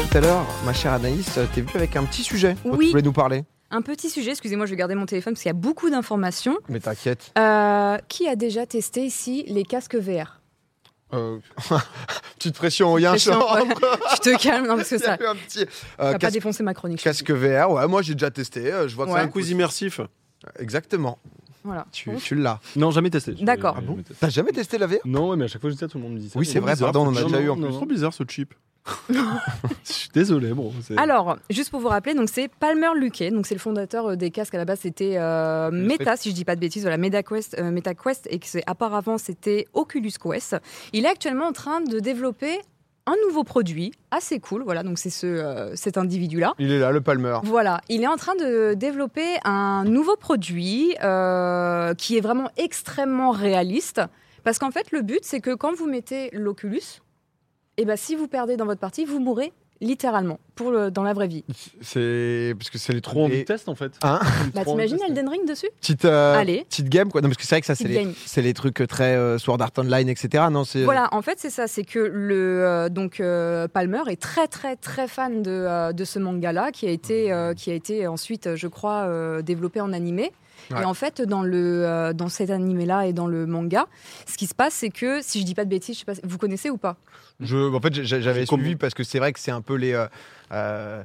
tout à l'heure, ma chère Anaïs, euh, t'es venue avec un petit sujet dont Oui. tu voulais nous parler. Un petit sujet, excusez-moi, je vais garder mon téléphone parce qu'il y a beaucoup d'informations. Mais t'inquiète. Euh, qui a déjà testé ici les casques VR Euh, Petite pression, il y a un Pression, champ. ouais. Tu te calmes, non, parce que Il y ça. a eu un petit, euh, T'as pas casque, défoncé ma chronique. casque VR. Ouais, moi j'ai déjà testé. euh, je vois que Ouais. ça Un quiz immersif Exactement. Voilà. Tu, tu l'as. Non, jamais testé. J'ai- D'accord. Ah j'ai jamais bon testé. T'as jamais testé la VR Non, ouais, mais à chaque fois je dis ça, tout le monde me dit ça. Oui, c'est vrai, pardon, on en a Non, déjà non, eu en non, plus. non. bizarre ce chip. Je suis désolé, bon. c'est- Alors, juste pour vous rappeler, donc c'est Palmer Luckey, donc c'est le fondateur euh, des casques. À la base, c'était euh, Meta, si je dis pas de bêtises, voilà, MetaQuest, euh, MetaQuest, et que c'est apparemment c'était Oculus Quest. Il est actuellement en train de développer un nouveau produit assez cool. Voilà, donc c'est ce euh, cet individu-là. Il est là, le Palmer. Voilà, il est en train de développer un nouveau produit euh, qui est vraiment extrêmement réaliste. Parce qu'en fait, le but, c'est que quand vous mettez l'Oculus, eh ben, si vous perdez dans votre partie, vous mourrez littéralement pour le- dans la vraie vie. C'est parce que c'est les Trop trois. envie de test en fait. Hein J'ai Bah, trop envie de t'imagines tester. Elden Ring dessus Petite, euh, Allez. petite game quoi. Non parce que c'est vrai que ça c'est Petite les, game. c'est les trucs très euh, Sword Art Online etc. Non c'est Voilà, en fait, c'est ça, c'est que le euh, donc euh, Palmer est très très très fan de, euh, de ce manga-là qui a été euh, qui a été ensuite, je crois, euh, développé en animé. Ouais. Et en fait, dans le euh, dans cet animé-là et dans le manga, ce qui se passe, c'est que si je dis pas de bêtises, je sais pas, si- vous connaissez ou pas Je, en fait j'ai- j'ai- j'avais Je comprends. suivi parce que c'est vrai que c'est un peu les euh, euh,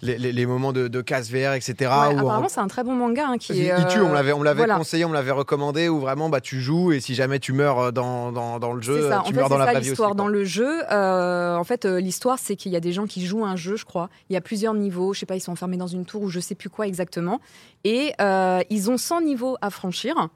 les, les- les moments de, de casse VR etc. Ouais, où, Apparemment, c'est un très bon manga hein, qui Il, est, il tue, euh, on l'avait, on l'avait voilà. conseillé, on me l'avait recommandé, où vraiment bah, tu joues et si jamais tu meurs euh, dans, dans, dans le jeu, C'est euh, tu ça, en fait, meurs c'est dans la ça vraie vie aussi. l'histoire. quoi. Dans le jeu, euh, en fait, euh, l'histoire, c'est qu'il y a des gens qui jouent à un jeu, je crois. Il y a plusieurs niveaux, je sais pas, ils sont enfermés dans une tour ou je sais plus quoi exactement. Et euh, ils ont 100 niveaux à franchir.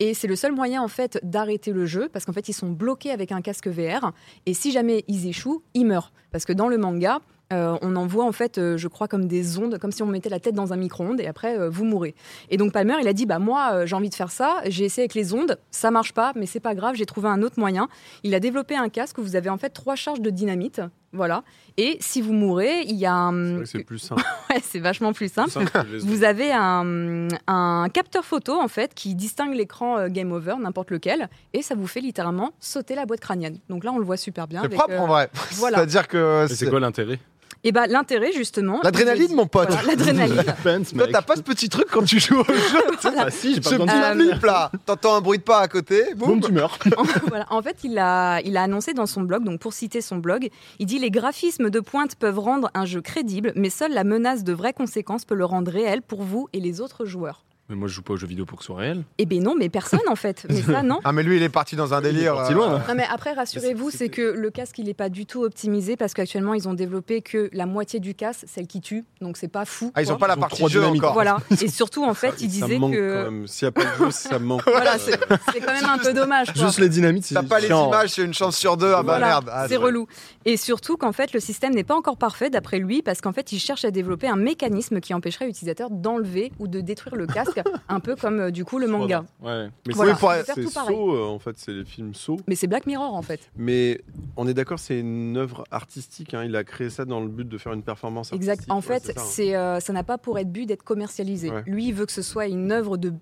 Et c'est le seul moyen, en fait, d'arrêter le jeu, parce qu'en fait, ils sont bloqués avec un casque VR. Et si jamais ils échouent, ils meurent. Parce que dans le manga, euh, on envoie, en fait, euh, je crois, comme des ondes, comme si on mettait la tête dans un micro-ondes et après, euh, vous mourrez. Et donc Palmer, il a dit bah moi euh, j'ai envie de faire ça, j'ai essayé avec les ondes, ça marche pas, mais c'est pas grave, j'ai trouvé un autre moyen. Il a développé un casque où vous avez en fait trois charges de dynamite, voilà. Et si vous mourrez, il y a C'est un... vrai que C'est plus simple. ouais, c'est vachement plus simple. plus simple que les Hein Vous avez un, un capteur photo en fait qui distingue l'écran euh, Game Over, n'importe lequel, et ça vous fait littéralement sauter la boîte crânienne. Donc là on le voit super bien. C'est avec, propre euh, en vrai. voilà. C'est-à-dire que Et c'est- c'est quoi l'intérêt Et bah l'intérêt justement. l'adrénaline, mon pote. Voilà, l'adrénaline. Fence, Toi, mec. t'as pas ce petit truc quand tu joues au jeu. Voilà. Ah si, j'ai pas Ce besoin de petit flip là. T'entends un bruit de pas à côté. Boum. Boum, tu meurs. En- voilà. En fait, il a, il a annoncé dans son blog, donc pour citer son blog, il dit Les graphismes de pointe peuvent rendre un jeu crédible, mais seule la menace de vraies conséquences peut le rendre réel pour vous et les autres joueurs. Mais moi, je joue pas aux jeux vidéo pour que ce soit réel. Eh ben non, mais personne en fait. Mais ça, non. Ah mais lui il est parti dans un est délire. parti euh, loin. Non mais après rassurez-vous, c'est que le casque il n'est pas du tout optimisé parce qu'actuellement ils ont développé que la moitié du casque, celle qui tue, donc c'est pas fou. Ah ils ont pas quoi. la Ils ont partie trois jeu dynamiques. encore. Voilà. Et surtout en fait, il ça disait me manque que quand même. S'il n'y a pas de jeu, ça me manque. Voilà, Euh, c'est quand même un peu dommage. quoi. Juste les dynamites, c'est T'as pas les chiant. images, c'est une chance sur deux. Ah bah Voilà, merde. Ah, c'est relou. Et surtout qu'en fait, le système n'est pas encore parfait d'après lui, parce qu'en fait, il cherche à développer un mécanisme qui empêcherait l'utilisateur d'enlever ou de détruire le casque, un peu comme euh, du coup le manga. Ouais. Mais Voilà. Oui, pour- Faut faire c'est tout pareil. Saw, euh, en fait, c'est les films Saw. Mais c'est Black Mirror en fait. Mais on est d'accord, c'est une œuvre artistique. hein. Il a créé ça dans le but de faire une performance artistique. Exact. En ouais, fait, c'est ça, hein. c'est euh, ça n'a pas pour être but d'être commercialisé. Ouais. Lui, il veut que ce soit une œuvre de.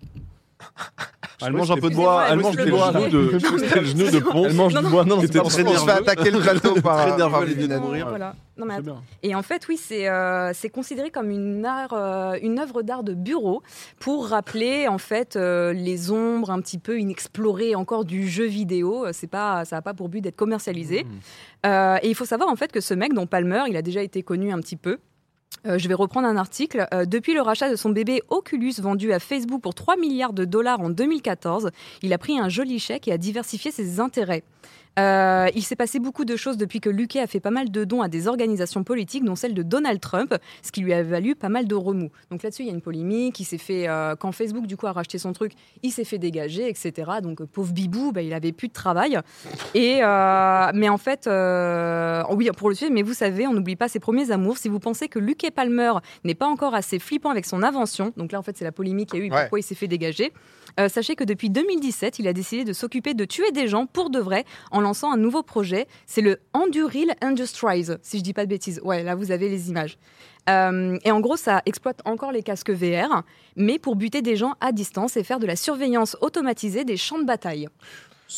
Elle mange mange un Excusez-moi, un peu peu de de bois, bois. elle Elle elle mange mange mange le le le bout genou genou de. de- le genou de Ponce. Elle mange du bois. Non, c'est pas possible. On se fait attaquer le plateau par. Très nerveux, par les Olivier. vilains. à mourir. Voilà. Non, mais attends. Et en fait, oui, c'est euh, c'est considéré comme une, art, euh, une œuvre d'art de bureau pour rappeler en fait euh, les ombres un petit peu inexplorées encore du jeu vidéo. Euh, C'est pas, ça n'a pas pour but d'être commercialisé. Euh, et il faut savoir en fait que ce mec, dont Palmer, il a déjà été connu un petit peu. Euh, je vais reprendre un article. Euh, depuis le rachat de son bébé Oculus vendu à Facebook pour 3 milliards de dollars en 2014, il a pris un joli chèque et a diversifié ses intérêts. Euh, il s'est passé beaucoup de choses depuis que Luquet a fait pas mal de dons à des organisations politiques, dont celle de Donald Trump, ce qui lui a valu pas mal de remous. Donc là-dessus, il y a une polémique. Il s'est fait euh, quand Facebook du coup a racheté son truc, il s'est fait dégager, etc. Donc euh, pauvre Bibou, bah, il avait plus de travail. Et euh, mais en fait, euh, oui pour le sujet, mais vous savez, on n'oublie pas ses premiers amours. Si vous pensez que Luquet Palmer n'est pas encore assez flippant avec son invention, donc là en fait c'est la polémique qu'il y a eu, et Ouais. pourquoi il s'est fait dégager. euh, sachez que depuis 2017, il a décidé de s'occuper de tuer des gens pour de vrai en lançant un nouveau projet. C'est le Enduril Industries, si je dis pas de bêtises. Ouais, là vous avez les images. Euh, et en gros, ça exploite encore les casques VR, mais pour buter des gens à distance et faire de la surveillance automatisée des champs de bataille.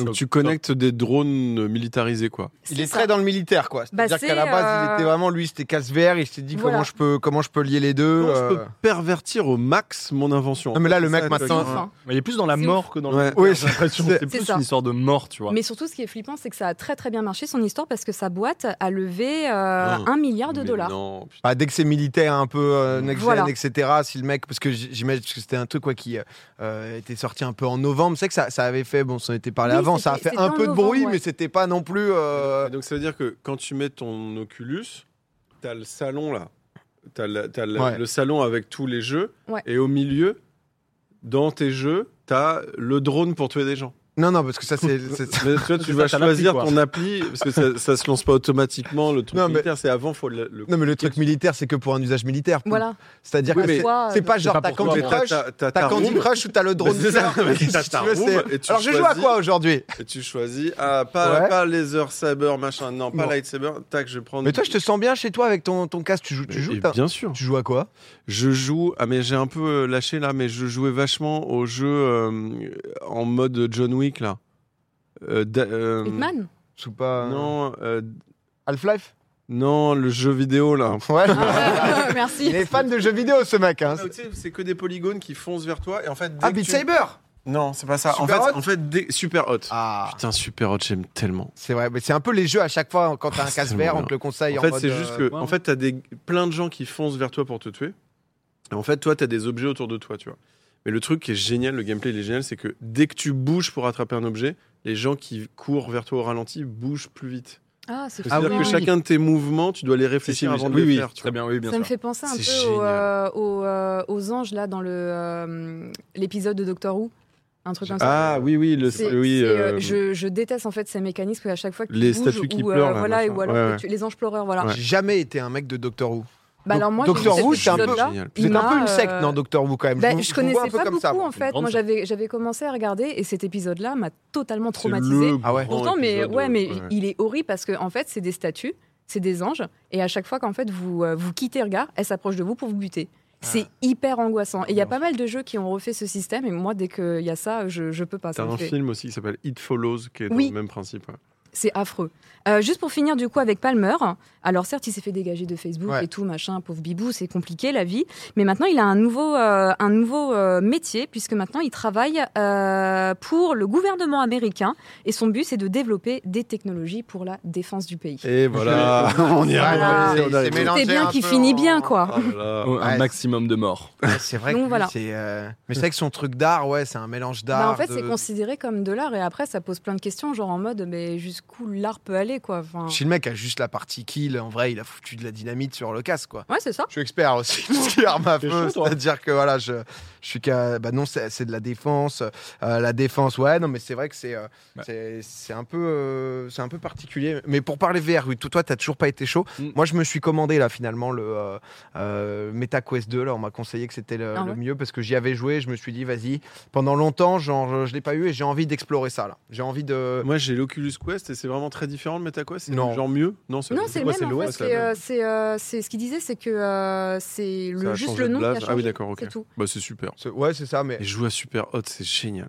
Donc tu connectes des drones militarisés, quoi. Il C'est est ça. très dans le militaire, quoi. Bah, C'est-à-dire c'est, qu'à la base, euh, il était vraiment, lui, c'était casse vert. Il s'est dit Voilà. comment je peux, comment je peux lier les deux. Comment je euh. peux pervertir au max mon invention Non, mais là, le C'est mec, ça, maintenant- tu vois. Enfin, Mais il est plus dans la C'est mort que dans le. Ouais. Oui, j'ai l'impression que c'est- c'est c'est plus ça. une histoire de mort, tu vois. Mais surtout, ce qui est flippant, c'est que ça a très très bien marché son histoire parce que sa boîte a levé euh, Non. un milliard de Mais dollars. Non, putain. Ah, dès que c'est militaire, un peu euh, next gen, Voilà. etc. Si le mec, parce que j- j'imagine que c'était un truc quoi qui euh, était sorti un peu en novembre. C'est que ça, ça avait fait, bon, ça en était parlé Oui, avant, ça a c'était- fait un c'était peu en de bruit, novembre, ouais. mais c'était pas non plus. euh, Et Donc ça veut dire que quand tu mets ton Oculus, t'as le salon là, t'as la- t'as la- Ouais. le salon avec tous les jeux, Ouais. et au milieu, dans tes jeux, t'as le drone pour tuer des gens. Non, non, parce que ça, c'est. Mais c'est- tu vois, tu C'est vas ça, t'as choisir l'appli, ton appli parce que ça, ça se lance pas automatiquement. Le truc Non, mais- militaire, c'est avant, faut le. le- Non, mais le truc militaire, c'est que pour un usage militaire. Voilà. C'est-à-dire Oui, que mais- c'est- Toi, c'est euh, pas C'est genre pas t'as pour Candy toi, t'as- Crush, t'as- t'as t'as ta Candy room, Crush ou t'as le drone. Bah, c'est ça, militaire. mais Si tu t'as ta veux, c'est- room et tu Alors je joue à choisis- quoi aujourd'hui Et tu choisis ah pas Ouais. pas laser saber machin, non pas Non. lightsaber. Tac, je vais prendre. Mais toi, je te sens bien chez toi avec ton, ton casque. Tu joues, tu Et- joues, et t'as- bien sûr. tu joues à quoi Je joue, ah mais j'ai un peu euh, lâché là, mais je jouais vachement au jeu euh, en mode John Wick là. Euh, da- euh, Hitman Je joue pas. euh, Non, euh, Half-Life non, le jeu vidéo là. Ouais. Ah ouais, Il Merci. est fan de jeux vidéo, ce mec. Ah, Hein. c'est que des polygones qui foncent vers toi et en fait. Ah, Beat Saber Non, c'est pas ça. En Super en fait- Hot fait, super hot. Ah, Putain, super hot, j'aime tellement. c'est vrai. Mais c'est un peu les jeux à chaque fois. hein, Quand Ah, t'as un c'est casse tellement vert, on bien. te le conseille. En En, fait, mode, c'est juste euh, que, ouais, en ouais. fait, t'as des plein de gens qui foncent vers toi pour te tuer. Et en fait, toi, t'as des objets autour de toi, tu vois. Mais le truc qui est génial, le gameplay, il est génial, c'est que dès que tu bouges pour attraper un objet, les gens qui courent vers toi au ralenti bougent plus vite. Ah, c'est C'est-à-dire fou. que oui. chacun de tes mouvements, tu dois les Si, si, réfléchir mais- avant de oui, les oui, faire. tu très vois. bien, oui, bien Ça me sûr. fait penser un C'est peu au, génial. euh, au, euh, aux anges là dans le euh, l'épisode de Doctor Who, un truc comme ça. Ah oui, oui, le, C'est- oui. c'est, euh, euh, je, je déteste en fait ces mécanismes où à chaque fois que tu Les bouges, statues qui ou, euh, pleurent, là, voilà, machin. ou alors Ouais, que ouais. tu- les anges pleureurs, voilà. Ouais. J'ai jamais été un mec de Doctor Who. Bah, alors moi, j'ai Doctor vu cet Who, c'est un peu- épisode-là. Génial. C'est m'a, un peu une secte, euh, non, Doctor Who, quand même. bah, vous- je vous vois connaissais un peu pas comme beaucoup ça. moi. en fait. grande Moi secte. j'avais j'avais commencé à regarder et cet épisode-là m'a totalement C'est traumatisé. le Ah ouais. grand Pourtant, mais épisode, euh, ouais, mais ouais. il est horrible parce que en fait c'est des statues, c'est des anges et à chaque fois qu'en fait vous euh, vous quittez le gars, elle s'approche de vous pour vous buter. C'est Ah. hyper angoissant. Et il y a pas mal de jeux qui ont refait ce système. Et moi, dès qu'il y a ça, je, je peux pas. ça T'as me un fait- film aussi qui s'appelle It Follows, qui est dans Oui. le même principe. ouais. C'est affreux. Euh, juste pour finir du coup avec Palmer. Alors certes, il s'est fait dégager de Facebook Ouais. et tout machin, pauvre bibou, c'est compliqué la vie. Mais maintenant, il a un nouveau, euh, un nouveau euh, métier puisque maintenant il travaille euh, pour le gouvernement américain et son but c'est de développer des technologies pour la défense du pays. Et voilà, on y arrive. Voilà. on y C'est- c'est arrive. mélangé. C'est bien un qui peu finit en- bien quoi. Oh là là. Un Ouais. maximum de morts. Ouais, C'est vrai que Donc, lui, voilà. c'est. euh, Mais c'est vrai que son truc d'art, ouais, c'est un mélange d'art. Bah, en fait, de- c'est considéré comme de l'art et après ça pose plein de questions genre en mode mais jusqu'où l'art peut aller quoi. Enfin, Chez le mec, a juste la partie kill. En vrai, il a foutu de la dynamite sur le casque, quoi. ouais c'est ça. Je suis expert aussi tout ce qui est arme à T'es feu, chaud, toi. c'est-à-dire que voilà, je, je suis qu'à- bah non, c'est c'est de la défense, Euh, la défense, ouais, non, mais c'est vrai que c'est euh, Ouais. c'est- c'est un peu euh, c'est un peu particulier. Mais pour parler VR, oui, to- toi, t'as toujours pas été chaud. Mm. Moi, je me suis commandé là finalement le euh, euh, MetaQuest 2. Là, on m'a conseillé que c'était le, Ah le ouais mieux parce que j'y avais joué. Je me suis dit, vas-y. Pendant longtemps, genre, je, je l'ai pas eu et j'ai envie d'explorer ça. Là, j'ai envie de. Mm. Moi j'ai l'Oculus Quest et c'est vraiment très différent le MetaQuest. C'est Non. genre mieux Non, Non, c'est le quoi, même. en l'OS, fait, c'est c'est, la même. euh, c'est, euh, c'est- ce qu'il disait, c'est que euh, c'est Ça le, a juste changé le de nom qui a blase. changé. Ah oui, d'accord, ok. C'est tout. Bah, c'est super. ce- Ouais, c'est ça, mais. Et jouer à Super Hot, c'est génial.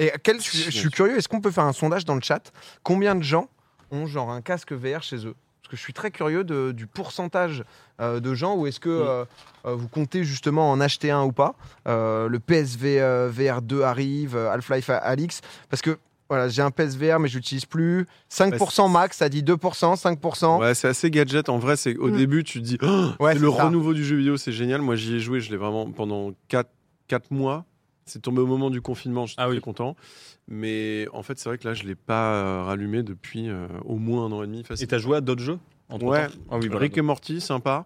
Et à quel, je, je suis curieux, est-ce qu'on peut faire un sondage dans le chat Combien de gens ont genre un casque VR chez eux Parce que je suis très curieux de- du pourcentage euh, de gens, ou est-ce que euh, euh, vous comptez justement en acheter un ou pas Euh, Le PSV euh, VR 2 arrive, euh, Half-Life à Alix, parce que voilà, j'ai un PSVR mais je l'utilise plus. 5% max, ça dit 2%, 5%. Ouais, c'est assez gadget. En vrai, c'est au Mm. début, tu te dis Oh, Ouais, c'est c'est le ça. renouveau du jeu vidéo, c'est génial. Moi, j'y ai joué, je l'ai vraiment pendant 4, mois. C'est tombé au moment du confinement, j'étais Ah très oui. content. Mais en fait, c'est vrai que là, je l'ai pas euh, rallumé depuis euh, au moins un an et demi. Et Facile. t'as joué à d'autres jeux entre-temps Ouais. Ah oui, voilà. Rick et Morty, sympa.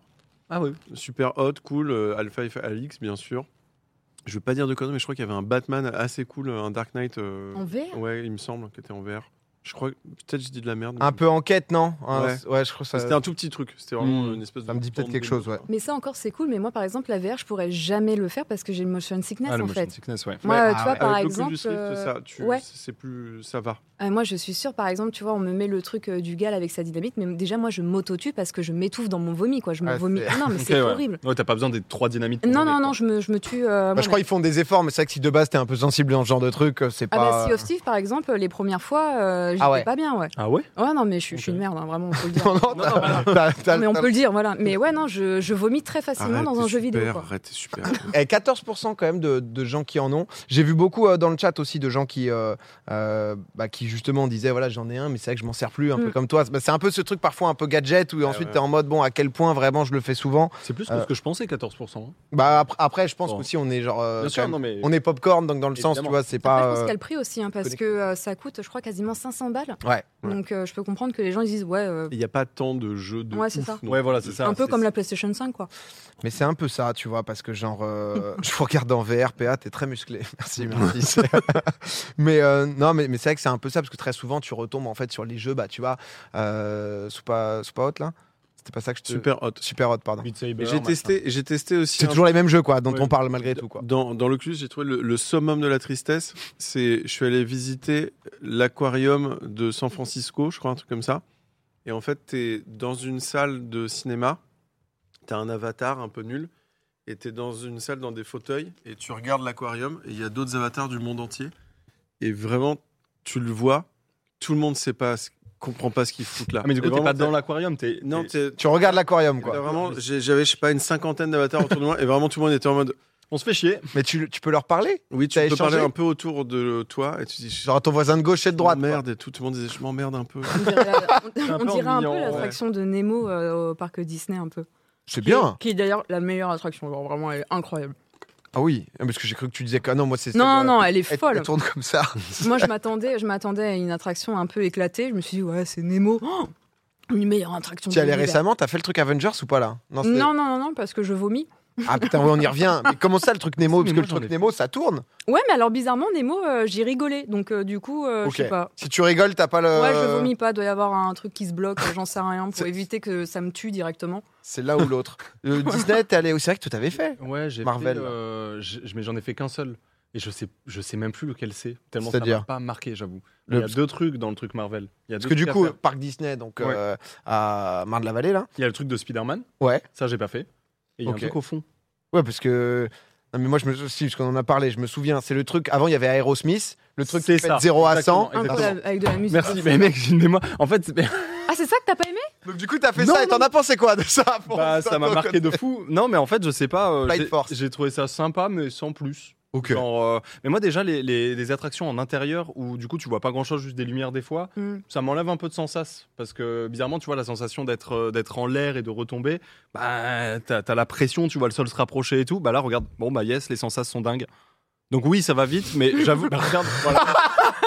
Ah oui. Super hot, cool. euh, Alpha et Alix, bien sûr. Je veux pas dire de conneries, mais je crois qu'il y avait un Batman assez cool, euh, un Dark Knight. euh, En VR Ouais, il me semble, qui était en vert. Je crois, peut-être je dis de la merde. mais- Un peu enquête, non Un- Ouais. ouais. je crois que ça. C'était un tout petit truc. C'était vraiment Hmm. une espèce de. Ça me dit peut-être bande quelque de- chose, ouais. Mais ça encore, c'est cool. Mais moi, par exemple, la VR, je pourrais jamais le faire parce que j'ai le motion sickness Ah, le en motion fait. sickness, ouais. Moi, Ouais, euh, ah tu vois, ouais. par Avec l'Oculus exemple, Rift, euh, ça, tu- ouais. c'est c'est plus, ça va. euh, moi, je suis sûre, par exemple, tu vois, on me met le truc euh, du gal avec sa dynamite, mais déjà, moi, je m'auto-tue parce que je m'étouffe dans mon vomi, quoi. Je me Ah, vomis. Non, mais Ok, c'est ouais. horrible. Ouais, t'as pas besoin des trois dynamites. pour Non, mourir, non, quoi. non, je me, je me tue. euh, Bah, je moi-même. crois qu'ils font des efforts, mais c'est vrai que si de base t'es un peu sensible dans ce genre de truc, euh, c'est Ah pas. bah, Sea of Steve, par exemple, les premières fois, euh, j'étais ouais. pas bien, ouais. Ah ouais Ouais, non, mais je suis, je suis Ok. une merde, hein, vraiment, on peut le dire. Non, non, Non, non, voilà. t'as- t'as- Non, mais on t'as- peut le dire, voilà. Mais ouais, non, je, je vomis très facilement Arrête, dans un t'es jeu vidéo. super, quoi. Arrête, t'es super. Eh, 14% quand même de, de gens qui en ont. J'ai vu beaucoup euh, dans le chat aussi de gens qui, euh, euh, bah, qui justement disaient voilà j'en ai un mais c'est vrai que je m'en sers plus un peu Mm. comme toi. Bah, c'est un peu ce truc parfois un peu gadget où Ah ensuite ouais. t'es en mode bon à quel point vraiment je le fais souvent. C'est plus que Euh. ce que je pensais, 14%. hein. Bah après, après, je pense Bon. qu'aussi on est genre euh, Bien quand sûr, même- non, mais. on est popcorn donc dans le sens tu Évidemment. vois c'est Après, pas. je pense euh, qu'elle pris aussi, hein, parce que connecté. euh, ça coûte, je crois, quasiment 500 balles. Ouais. Ouais. Donc euh, je peux comprendre que les gens ils disent, ouais, euh, Il n'y a pas tant de jeux de. Ouais, c'est ouf ça. non Ouais, voilà, c'est ça. un peu c'est- comme la PlayStation 5, quoi. Mais c'est un peu ça, tu vois, parce que genre, euh, je vous regarde en VR, PA, t'es très musclé. Merci, merci. C'est- mais euh, non, mais, mais c'est vrai que c'est un peu ça, parce que très souvent, tu retombes en fait sur les jeux, bah, tu vois, euh, Super, Super Hot, là C'était pas ça que je te... Super hot. Super Hot, pardon. Beat Saber, Et J'ai machin. testé, j'ai testé aussi. C'est un- toujours les mêmes jeux, quoi, dont Ouais. on parle malgré tout, quoi. Dans, dans l'Oculus, j'ai trouvé le, le summum de la tristesse. C'est, je suis allé visiter l'aquarium de San Francisco, je crois, un truc comme ça. Et en fait, t'es dans une salle de cinéma, t'as un avatar un peu nul, et t'es dans une salle dans des fauteuils, et tu regardes l'aquarium, et il y a d'autres avatars du monde entier. Et vraiment, tu le vois, tout le monde sait pas, ce- comprend pas ce qu'ils foutent là. Ah, mais du coup, Et t'es vraiment, pas dans l'aquarium, t'es. Non, t'es- t'es- Tu regardes l'aquarium, t'as quoi. vraiment, j'ai- j'avais, je sais pas, une cinquantaine d'avatars autour de moi, et vraiment, tout le monde était en mode. On se fait chier. Mais tu, tu peux leur parler Oui, tu T'as peux échangé parler un peu autour de toi et tu dis je Genre à ton voisin de gauche et de droite. quoi. m'emmerde et tout, tout le monde disait je m'emmerde un peu. On dirait, euh, un on- peu on dirait un peu ennuyant, l'attraction de Nemo euh, au parc Disney, un peu. C'est bien. Qui est d'ailleurs la meilleure attraction, genre vraiment, elle est incroyable. Ah oui, parce que j'ai cru que tu disais que ah non, moi, c'est. Non, non, c'est- non, elle est Elle, folle. elle tourne comme ça. Moi, je m'attendais, je m'attendais à une attraction un peu éclatée. Je me suis dit, ouais, c'est Nemo. Oh, une meilleure attraction. tu y de allais l'univers. récemment, hein, t'as fait le truc Avengers ou pas là c'est- Non, non, non, non, parce que je vomis. Ah putain, ouais, on y revient. Mais comment ça, le truc Nemo Mais Parce que moi, le j'en truc ai Nemo, ça tourne. Ouais, mais alors bizarrement, Nemo, euh, j'ai rigolé. Donc euh, du coup, euh, Ok. je sais pas. Si tu rigoles, t'as pas le. Ouais, je vomis pas, doit y avoir un truc qui se bloque, euh, j'en sais rien, pour C'est- éviter que ça me tue directement. C'est là ou l'autre. Le Disney, t'es allé. C'est vrai que tout avait fait. Ouais, j'ai Marvel. fait, euh, j- j- mais j'en ai fait qu'un seul. Et je sais, je sais même plus lequel c'est. Tellement ça C'est-à-dire m'a pas marqué, j'avoue. Le- Il y a deux trucs dans le truc Marvel. Il y a Parce deux que du trucs à coup, faire. parc Disney, donc euh, à Marne-la-Vallée là. il y a le truc de Spider-Man. Ouais. Ça, j'ai pas fait. Et il y a Ok. un truc au fond. Ouais, parce que. Non, mais moi, je me souviens, parce qu'on en a parlé, je me souviens, c'est le truc. Avant, il y avait Aerosmith, le truc C'est qui fait de ça. 0 à 100. Exactement, exactement. Incroyable, avec de la musique. Merci, mais mec, j'ai une mémoire. En fait, c'est- Ah, c'est ça que t'as pas aimé Donc, du coup, t'as fait Non, ça et non. t'en as pensé quoi de ça pour- bah, ça m'a marqué de fou. Non, mais en fait, je sais pas. euh, Flight j'ai- Force. j'ai trouvé ça sympa, mais sans plus. Ok. Genre, euh, mais moi, déjà, les, les- les attractions en intérieur où du coup, tu vois pas grand chose, juste des lumières des fois, Hmm. ça m'enlève un peu de sensas. Parce que bizarrement, tu vois, la sensation d'être euh, d'être en l'air et de retomber, bah, t'as t'as la pression, tu vois le sol se rapprocher et tout. Bah là, regarde, bon, bah yes, les sensas sont dingues. Donc oui, ça va vite, mais j'avoue, bah, regarde, voilà.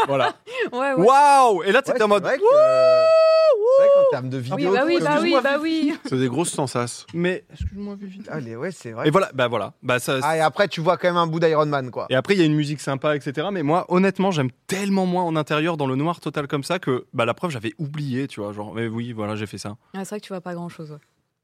voilà. Ouais, ouais. Waouh! Et là, t'es Ouais, en c'est mode. vrai que- c'est vrai qu'en termes de Oui, vidéo. bah tout, oui, bah oui, excuse-moi, bah oui. C'est des grosses sensas. Mais. Allez, ouais, c'est Et vrai. voilà, bah voilà. Bah, ça, Ah, et après, tu vois quand même un bout d'Iron Man, quoi. Et après, il y a une musique sympa, etc. Mais moi, honnêtement, j'aime tellement moins en intérieur, dans le noir total comme ça, que bah, la preuve, j'avais oublié, tu vois. Genre, mais oui, voilà, j'ai fait ça. Ah, c'est vrai que tu vois pas grand chose.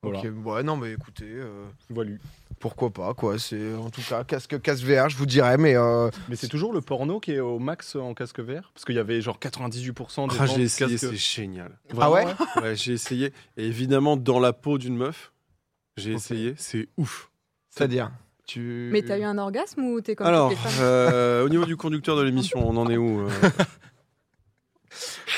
Voilà. Ok, ouais, non, mais écoutez. euh, Voilà. Pourquoi pas, quoi. C'est en tout cas casque, casque VR, je vous dirais, mais euh, Mais c'est toujours le porno qui est au max en casque vert Parce qu'il y avait genre 98% des Ah, gens j'ai essayé, casque- c'est génial. ah ouais. Ouais, j'ai essayé. Et évidemment, dans la peau d'une meuf, j'ai Ok. essayé. C'est ouf. C'est-à-dire, tu. Mais t'as eu un orgasme ou t'es comme Alors, toutes les femmes euh, au niveau du conducteur de l'émission, on en est où euh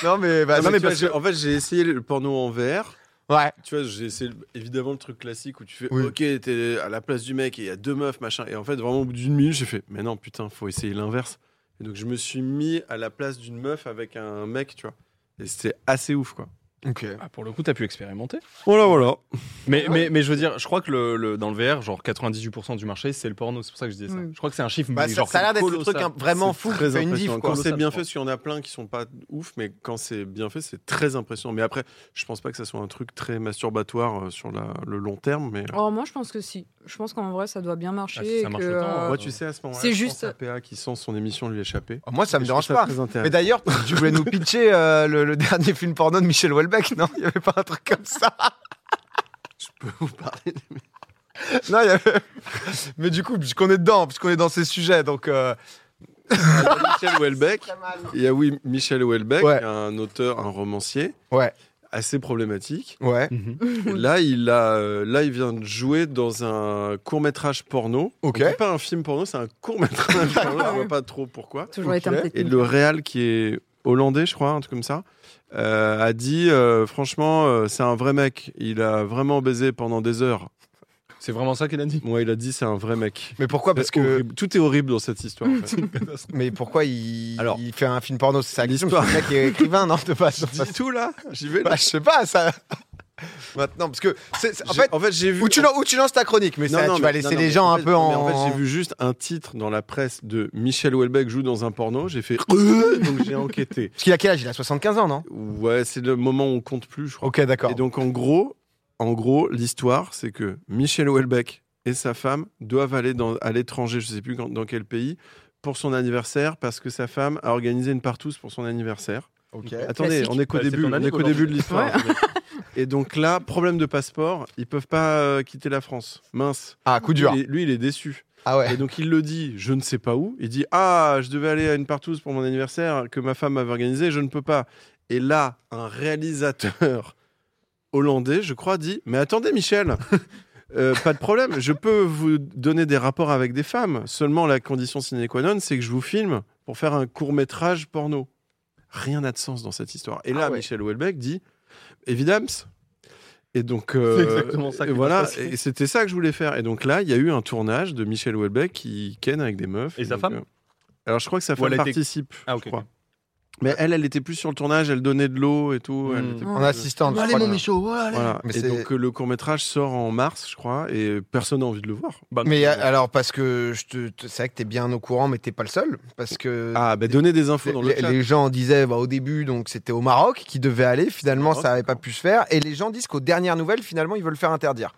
Non mais, bah, Non, mais tu vois, parce que, En fait, j'ai essayé le porno en VR. je- ouais. Tu vois, j'ai essayé le- évidemment le truc classique où tu fais Oui. OK, t'es à la place du mec et il y a deux meufs, machin. Et en fait, vraiment, au bout d'une minute, j'ai fait Mais non, putain, faut essayer l'inverse. Et donc, je me suis mis à la place d'une meuf avec un mec, tu vois. Et c'était assez ouf, quoi. Ok. Ah, pour le coup, t'as pu expérimenter. Voilà, voilà. Ah Mais, mais, mais je veux dire, je crois que le, le- dans le VR, genre 98% du marché, c'est le porno. C'est pour ça que je disais ça. Oui. Je crois que c'est un chiffre. Bah, mais ça- genre, ça a l'air d'être le truc colossal. hein, vraiment fou, qui Très fait une diff impressionnant. quoi. Quand c'est Colossal, bien je pense. fait, parce qu'il y en a plein qui sont pas ouf, mais quand c'est bien fait, c'est très impressionnant. Mais après, je pense pas que ça soit un truc très masturbatoire euh, sur la- le long terme, mais. Oh, moi, je pense que si. je pense qu'en vrai, ça doit bien marcher. Ah, si ça et marche que, autant, euh, Moi, tu sais, à ce moment-là, C'est je juste- pense à PA qui sent son émission lui échapper. Oh, moi, ça me Et je dérange trouve pas. très intéressant. Mais d'ailleurs, tu voulais nous pitcher euh, le, le dernier film porno de Michel Houellebecq, non Il n'y avait pas un truc comme ça Je peux vous parler de- Non, il y avait- Mais du coup, puisqu'on est dedans, puisqu'on est dans ces sujets, donc... euh, Michel Houellebecq. Il y a oui, Michel Houellebecq, Ouais. un auteur, un romancier Ouais, assez problématique. ouais, Et là, il a, euh, là, il vient de jouer dans un court métrage porno. Ok. Donc, C'est pas un film porno, c'est un court métrage porno. Je vois pas trop pourquoi. Toujours Ok. les termes Et techniques. le réal qui est hollandais, je crois, un truc comme ça, euh, a dit euh, franchement, euh, c'est un vrai mec. Il a vraiment baisé pendant des heures. C'est vraiment ça qu'elle a dit. Moi, il a dit c'est un vrai mec. mais pourquoi Ah, Parce C'est que... horrible. tout est horrible dans cette histoire. en fait. Mais pourquoi il, Alors- il fait un film porno C'est ça l'histoire. L'histoire. Le mec est écrivain, non De base. Je dis tout là. J'y vais. là. Bah, je sais pas, ça... Maintenant, parce que... c'est- c'est- En J'ai- fait, en fait, j'ai vu. où tu, lan- où tu lances ta chronique, mais Non, ça, non, tu mais- vas laisser non, non, les mais gens en un fait- peu non, en... mais en fait, j'ai vu juste un titre dans la presse de Michel Houellebecq joue dans un porno. J'ai fait Euh donc j'ai enquêté. Parce qu'il a quel âge Il a 75 ans, non Ouais, c'est le moment où on compte plus, je crois. Ok, d'accord. Et donc en gros, en gros, l'histoire, c'est que Michel Houellebecq et sa femme doivent aller dans, à l'étranger, je sais plus quand- dans quel pays, pour son anniversaire, parce que sa femme a organisé une partouze pour son anniversaire. Ok. Attendez, Classique. on est qu'au Bah, c'est début, ton on est ami, qu'au Roland. début de l'histoire. Et donc là, problème de passeport, ils peuvent pas euh, quitter la France. Mince. Ah, coup dur. Lui, il est- lui, il est déçu. Ah ouais. Et donc il le dit, je ne sais pas où. Il dit Ah, je devais aller à une partouze pour mon anniversaire que ma femme m'avait organisé, je ne peux pas. Et là, un réalisateur hollandais, je crois, dit Mais attendez, Michel, euh, pas de problème, je peux vous donner des rapports avec des femmes. Seulement, la condition sine qua non, c'est que je vous filme pour faire un court métrage porno. Rien n'a de sens dans cette histoire. Et là, Ah ouais. Michel Houellebecq dit Évidemment. Et donc, euh, C'est exactement ça et qui va voilà, se passer. et c'était ça que je voulais faire. Et donc là, il y a eu un tournage de Michel Houellebecq qui ken avec des meufs. Et sa Donc, femme euh, Alors je crois que sa femme elle était- participe. Ah, je ok, crois. ok. Mais elle, elle était plus sur le tournage, elle donnait de l'eau et tout. elle Hmm. était- En assistante. je crois que- euh, Voilà. Mais et c'est- donc euh, le court métrage sort en mars, je crois, et personne n'a envie de le voir. Bah, Mais euh, alors, parce que je te- te- c'est vrai que t'es bien au courant, mais t'es pas le seul. Parce que Ah, ben donnez des infos les, dans le les- chat. les gens disaient bah, au début, donc c'était au Maroc qui devait aller. Finalement, Maroc, ça n'avait pas pu se faire. Et les gens disent qu'aux dernières nouvelles, finalement, ils veulent le faire interdire.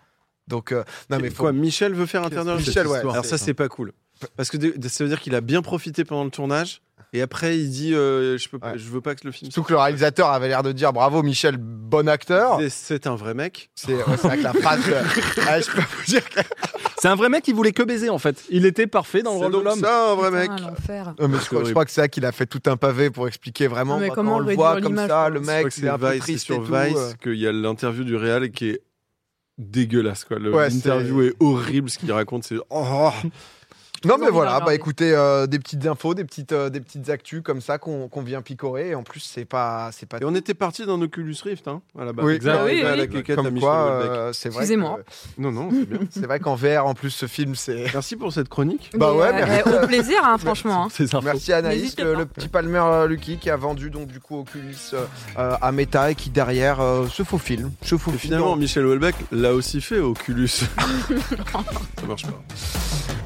Donc, euh, non, mais faut- quoi, Michel veut faire interdire Michel, cette ouais. histoire. Alors ça, c'est pas cool. Parce que de- de- ça veut dire qu'il a bien profité pendant le tournage, et après il dit euh, je, peux, pas- Ouais. je veux pas que le film surtout que le réalisateur avait l'air de dire bravo, Michel, bon acteur. sorte. C'est un vrai mec. C'est ouais, c'est vrai que la phrase. euh, ouais, je peux vous dire que. C'est un vrai mec qui voulait que baiser en fait. Il était parfait dans le C'est rôle de donc l'homme. ça, un vrai mec. Putain, l'enfer. Euh, mais je, crois, je crois que c'est ça qu'il a fait tout un pavé pour expliquer vraiment. Non, mais bah, comment quand on le réduire voit comme l'image, ça, quoi. le Je crois mec, que il est c'est un peu Vice, c'est triste sur et tout, Vice euh. qu'il y a l'interview du réal qui est dégueulasse quoi. Le- Ouais, L'interview est... horrible, ce qu'il raconte c'est oh, Non Toujours mais bien voilà, bah regardé. écoutez, euh, des petites infos, des petites, euh, des petites actus comme ça qu'on qu'on vient picorer. Et en plus, c'est pas, c'est pas. Et on était parti d'un Oculus Rift hein, à la base. Oui, Exact. bah oui, Ouais, oui. avec les quêtes à Comme Michel quoi, Houellebecq. euh, c'est vrai. Excusez-moi. que- Non non, c'est bien. C'est vrai qu'en VR, en plus, ce film, c'est. Merci pour cette chronique. Bah Mais, ouais, euh, merci. eh, Au plaisir, hein, franchement. hein. C'est infos. Merci à Anaïs, N'hésitez le, pas. le petit Palmer euh, Lucky qui a vendu donc du coup Oculus euh, euh, à Meta et qui derrière euh, se faufile, se Et faufile. finalement, Michel Houellebecq l'a aussi fait Oculus. ça marche pas. dans-